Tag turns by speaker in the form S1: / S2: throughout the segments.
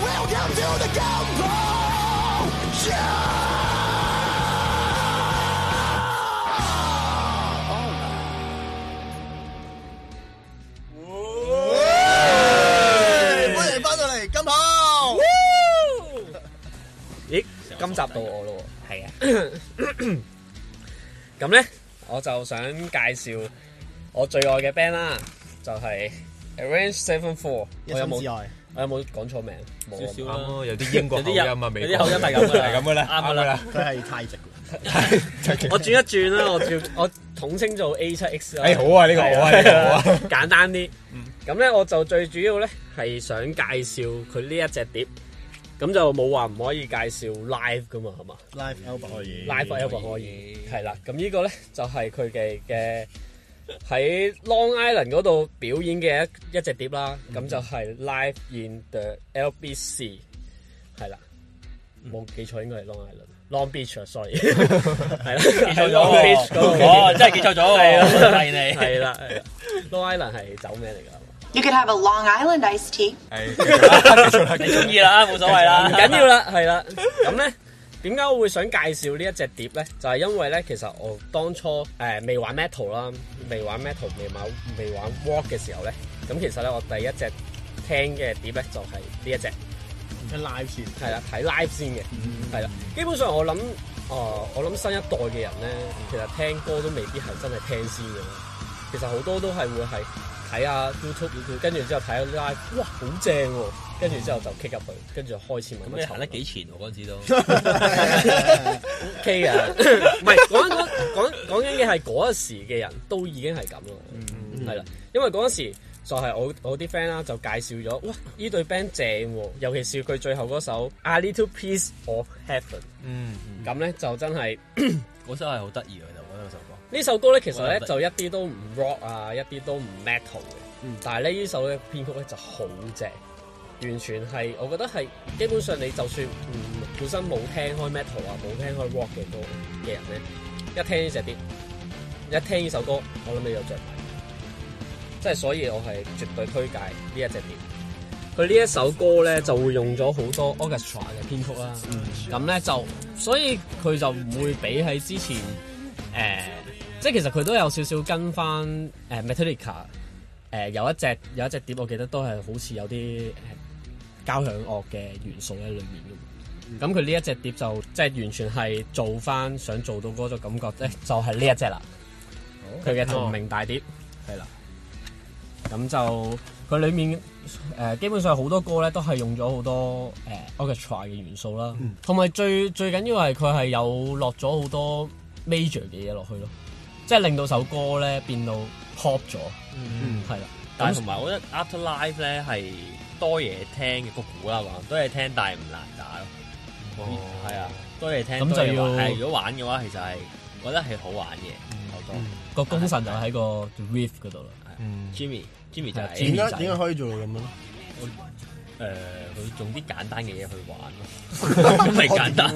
S1: Welcome to the Gumbo
S2: 欢迎翻到嚟金炮。
S3: 咦，今集到我咯喎，係啊。 咁咧，我就想介紹我最愛嘅 band 啦，就係 Arrange Seven Four。
S2: 一
S3: 我有
S2: 生
S3: 冇
S2: 之愛，
S3: 我有冇講錯名？冇啊
S4: 少少
S3: 嘛
S4: 啦
S5: 啱咯，有啲英國口音啊，美
S4: 有啲口音係咁㗎啦
S5: 係咁噶啦，
S4: 啱㗎啦
S2: 佢係泰籍
S5: 啱㗎啦。
S3: 我轉一轉啦，我叫我統稱做 A 七 X 啦。
S5: 哎，好啊，呢個好啊，呢
S3: à,
S5: 個好啊。
S3: 簡單啲。咁咧，我就最主要咧係想介紹佢呢一隻碟。咁就冇話唔可以介紹 live 噶嘛，係嘛
S2: live album。
S3: ？live forever 可以，係啦。咁呢個咧就係佢哋嘅喺 Long Island 嗰度表演嘅一一隻碟啦。咁就係 Live in the LBC，係啦。冇記錯應該係 Long Island。Long Beach 啊，sorry，係啦係，Long Beach 嗰度
S4: 哦，真係記錯咗喎，係你
S3: 係啦係啦，Long Island 係酒名嚟 㗎係嘛？
S6: You could have a Long Island iced tea.
S4: 你中意啦，冇所謂啦，
S3: 唔緊要啦，係啦。咁咧，點解我會想介紹呢一隻碟咧？就係、因為咧，其實我當初誒、呃未玩 metal 啦，未玩 metal，未玩未玩 rock 嘅時候咧，咁其實咧我第一隻聽嘅碟咧就係呢一隻，
S2: 一 live 先，
S3: 係啦，睇 live 先嘅，
S4: 嗯
S3: 係啦。基本上我諗，哦、我諗新一代嘅人咧，其實聽歌都未必係真係聽先嘅咯。其實好多都係會係睇下 YouTube，跟住之後睇下 live，哇，好正喎！跟住之後就 kick 入去，跟住就開始慢
S4: 咁
S3: 慢
S4: 你
S3: 籌
S4: 行得幾前喎？嗰陣時都
S3: K
S5: 啊
S3: 嘅， 唔係講緊講講緊嘅係嗰一時嘅人都已經係咁咯，
S5: 嗯
S3: 係啦、因為嗰陣時就係我我啲 friend 啦，就介紹咗，哇！呢對 band 正喎，尤其是佢最後嗰首《A Little Piece of Heaven
S5: 嗯，》，
S3: 咁咧就真係
S4: 嗰首係好得意嘅，就覺得嗰首歌
S3: 呢首歌咧，其實
S4: 我覺
S3: 咧
S4: 得
S3: 就一啲都唔 rock 啊，一啲都唔 metal 嘅，
S4: 嗯
S3: 但係咧呢首嘅編曲咧就好正。完全係，我覺得係基本上你就算唔本身冇聽開 metal 啊，冇聽開 rock 嘅歌嘅人咧，一聽呢只碟，一聽呢首歌，我諗你有着迷。即係所以，我係絕對推介呢一隻碟。佢呢一首歌咧就會用咗好多 orchestra 嘅編曲啦，
S4: 嗯
S3: 咁咧、就所以佢就唔會比喺之前誒、呃即係其實佢都有少少跟翻誒、呃 Metallica 誒、有一隻有一隻碟，我記得都係好似有啲誒、交響樂嘅元素喺裏面嘅。咁佢呢一隻碟就即係完全係做翻想做到嗰種感覺，咧就係呢一隻啦。佢嘅同名大碟係啦。咁就佢裡面誒、呃基本上好多歌咧都係用咗好多誒、呃 orchestra 嘅元素啦，同埋、最最緊要係佢係有落咗好多 major 嘅嘢落去咯，即係令到首歌咧變到 pop 咗，係啦、
S4: 但係同埋我覺得 Afterlife 咧係多嘢聽嘅個鼓啦，話多嘢聽但係唔難打咯，係啊，多嘢聽
S3: 咁就要
S4: 多嘢玩係如果玩嘅話，其實係覺得係好玩嘅首歌。
S3: 個功臣就喺個 riff 嗰度啦。
S4: Jimmy Jimmy 就
S3: 係啊
S4: 係
S2: 點
S3: Jimmy
S2: 解點解可以做到咁樣
S4: 誒，
S2: 咧？
S4: 呃佢用啲簡單嘅嘢去玩咯， 唔係簡單，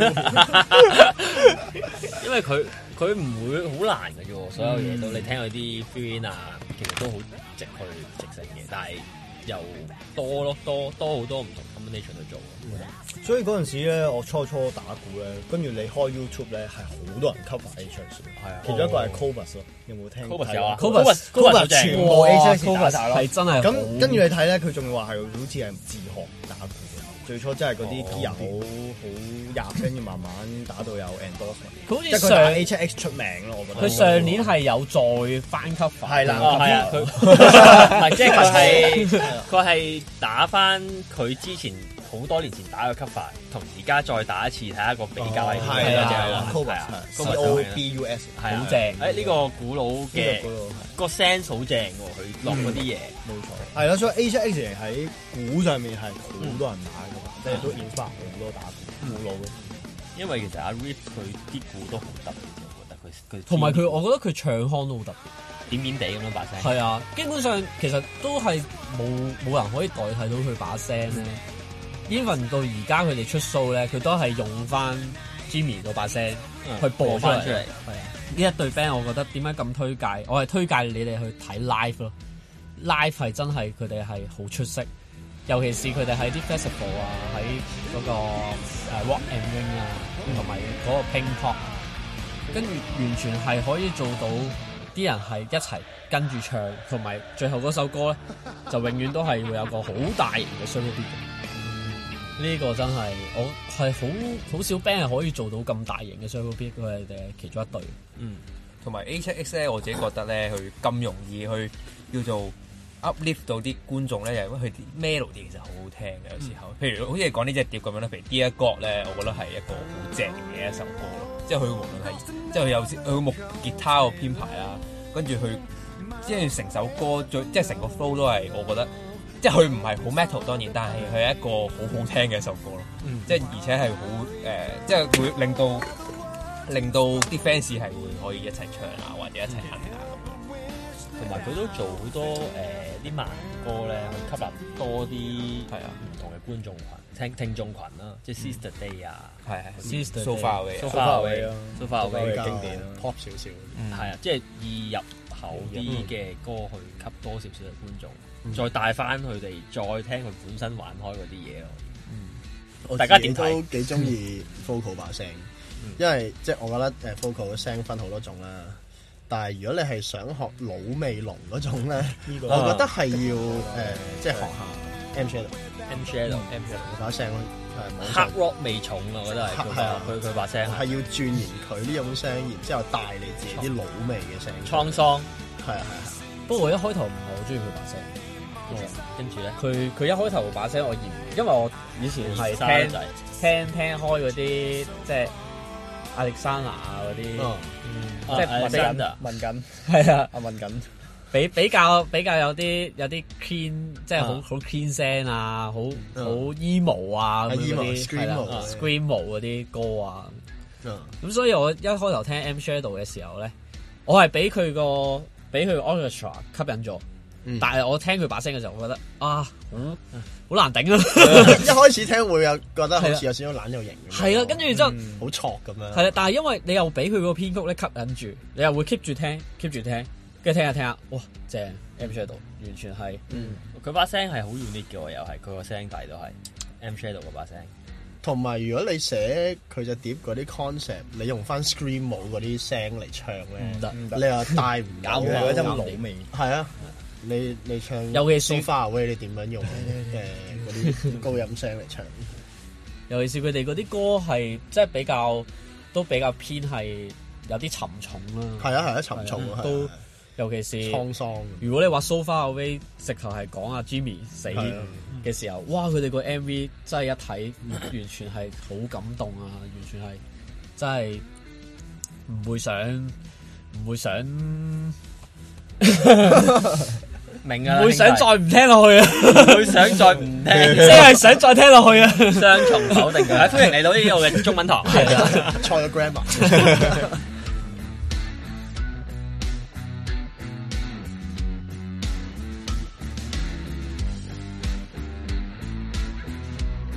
S4: 因為佢佢唔會好難嘅啫喎，所有嘢都你聽佢啲 feel in 啊，其實都好直去直性嘅，但係又多咯，多多好多唔同 combination 去做 咯。
S2: 所以嗰陣時咧，我初初打鼓咧，跟住你開 YouTube 咧，係好多人 cover A 唱片，係啊，其中一個係 Cobus 咯，有冇聽
S4: Cobus 有啊
S3: Cobus-
S4: Cobus 好
S2: Cobus
S4: 正
S2: 全部 A 唱片打晒咯。
S3: 係真係
S2: 咁
S3: 好
S2: 跟住你睇咧，佢仲話係好似係自學打鼓嘅，最初真係嗰啲 key 好好入，跟住慢慢打到有 endorsement，
S3: 佢好似
S2: 即係佢打
S3: 上
S2: A 七 X 出名咯，我覺得。
S3: 佢上年係有再翻 cover，
S2: 係啦
S4: 哦，係啊，佢唔係即係佢係佢係打翻佢之前好多年前打嘅 cover，同而家再打一次睇下個比較係點
S2: 哦係
S4: 樣係啊
S2: 啦，Cobus
S4: 係
S2: C
S4: 啊
S2: O B U S
S4: 係啊
S3: 好正
S4: 誒呢個古老嘅
S2: 呢個古老係
S4: 個 sense 好正喎，佢落嗰啲
S3: 嗯
S4: 嘢。
S2: 冇錯，係啦，所以 A 七 X 喺鼓上面係好多人打噶嘛，即係都 inspire 好多打鼓鼓佬嘅。
S4: 因為其實阿 Rip 佢啲鼓都好特別嘅，我覺得佢佢
S3: 同埋佢，我覺得佢唱腔都好特別。
S4: 點點地咁樣把聲。
S3: 係啊，基本上其實都係冇冇人可以代替到佢把聲咧。even 到而家佢哋出 show 咧，佢都係用翻 Jimmy 嗰把聲去播翻出嚟。
S4: 嗯播返出嚟
S3: 係啊，呢一對 band 我覺得點解咁推介？我係推介你哋去睇 live 咯，live 係真係佢哋係好出色，
S4: 尤其是佢哋喺啲 festival 啊，喺嗰、個、呃 walk and ring 啊，同埋嗰個 ping pop 啊，跟住完全係可以做到啲人係一齊跟住唱，同埋最後嗰首歌咧就永遠都係會有個好大型嘅 solo beat 嘅。呢個真係我係好好少 band 係可以做到咁大型嘅 solo beat，佢哋係其中一隊。
S5: 同埋 A 七 X 咧，我自己覺得咧，佢咁容易去叫做 uplift 到啲觀眾咧，因為佢啲 melody 其實好好聽嘅，有時候，譬如好似你講呢只碟咁樣啦，譬如 Dear God 咧，我覺得係一個好正嘅一首歌咯，即係佢無論係即係佢有佢個木吉他個編排啦，跟住佢即係成首歌最即係成個 flow 都係我覺得。即係佢唔係好 metal 當然，但係佢係一個好好聽嘅一首歌咯，即係而且係好誒，即係會令到令到啲 fans 係會可以一齊唱啊，或者一齊行啊咁
S4: 同埋佢都做好多誒啲、慢歌咧，去吸納多啲
S5: 係啊
S4: 唔同嘅觀眾群、聽聽眾群啦，即係 Sister Day 啊
S5: 樣。係係
S4: Sister
S5: So Far
S4: Day，So
S5: Away 啊
S4: Far
S2: Away 啊
S4: Away，So Far Away
S2: 經
S4: 經
S2: 典
S4: 典
S2: 啊
S3: pop 少少，
S4: 係啊，即係易入口啲嘅歌去吸多少少嘅觀眾，再帶翻佢哋再聽佢本身玩開嗰啲嘢咯。
S2: 我
S4: 大家
S2: 自己
S4: 點睇
S2: 都幾中
S3: 嗯
S2: 意 vocal 把聲，因為即係我覺得誒 vocal 嘅聲分好多種啦。但係如果你係想學老味濃嗰種咧，
S3: 呢個
S2: 我覺得係要誒、即係學下 M Shadow
S4: M
S3: 嗯
S4: Shadow
S2: 把聲咯，係冇錯
S4: Hard Rock 味重啊，我覺得係
S2: 嗯係啊
S4: 佢佢佢把聲
S2: 係要鑽研佢呢種聲，然之後帶你自己啲老味嘅聲。
S4: 滄桑。
S2: 係啊係
S3: 不過我一開頭唔係好中意佢把聲。
S4: 跟住咧，
S3: 佢佢一開頭把聲我嫌，因為我以前係
S4: 二
S3: 聽
S4: 三仔
S3: 聽聽開嗰啲即係亞歷山大啊嗰啲，
S5: 哦
S2: 啊，
S3: 即係
S4: 啊
S3: 問
S4: Alexander
S3: 緊問緊， 係啊，
S2: 我問緊
S3: 比比較比較有啲有啲 clean，即係好
S4: 啊
S3: 好 clean 聲啊，好
S2: 嗯
S3: 好 emo 啊咁樣嗰啲
S2: emo
S3: 係啦
S2: screamo
S3: 啊，screamo 嗰啲歌啊。
S2: 啊
S3: 咁所以我一開頭聽 M Shadow 嘅時候咧，我係俾佢個俾佢個 orchestra 吸引咗，
S2: 嗯
S3: 但係我聽佢把聲嘅時候，我覺得啊，好好難 頂啊！
S2: 一開始聽會有覺得好似有少少懶有型咁樣。
S3: 係啊，跟住之後。
S2: 好挫咁樣。
S3: 係啊啦，但係因為你又俾佢個編曲咧吸引住，你又會 keep 住聽，keep 住聽，跟住聽下聽下，哇，正 M Shadow 完全係
S4: 佢把聲係好 unique 嘅喎，又係佢個聲底都係 M Shadow 嗰把聲。
S2: 同埋如果你寫佢隻碟嗰啲 concept，你用翻 scream 舞嗰啲聲嚟唱咧，
S3: 唔得
S2: 你又帶唔
S3: 搞
S2: 到
S3: 唔
S2: 嘅
S3: 好
S2: 嗰
S3: 嗰
S2: 種
S3: 陣
S2: 老
S3: 老
S2: 味。係啊，你你唱
S3: 尤其是
S2: So Far Away，你點 樣用誒嗰啲高音聲嚟唱？
S3: 尤其是佢哋嗰啲歌係即係比較都比較偏係有啲沉重啦，
S2: 係啊係啊，沉重啊，
S3: 都
S2: 係啊
S3: 尤其是
S2: 滄桑。
S3: 如果你話 So Far Away 直頭係講阿 Jimmy 死
S2: 係啊
S3: 嘅時候，哇！佢哋個 MV 真係一睇，完全係好感動啊！完全係真係唔會想唔會想
S4: 明
S3: 唔
S4: 啊，
S3: 會想再唔聽落去啊！
S4: 會想再唔聽，
S3: 即 係想再聽落去啊！
S4: 雙重否定嘅。歡迎嚟到呢度嘅中文堂。
S2: 錯咗 grammar，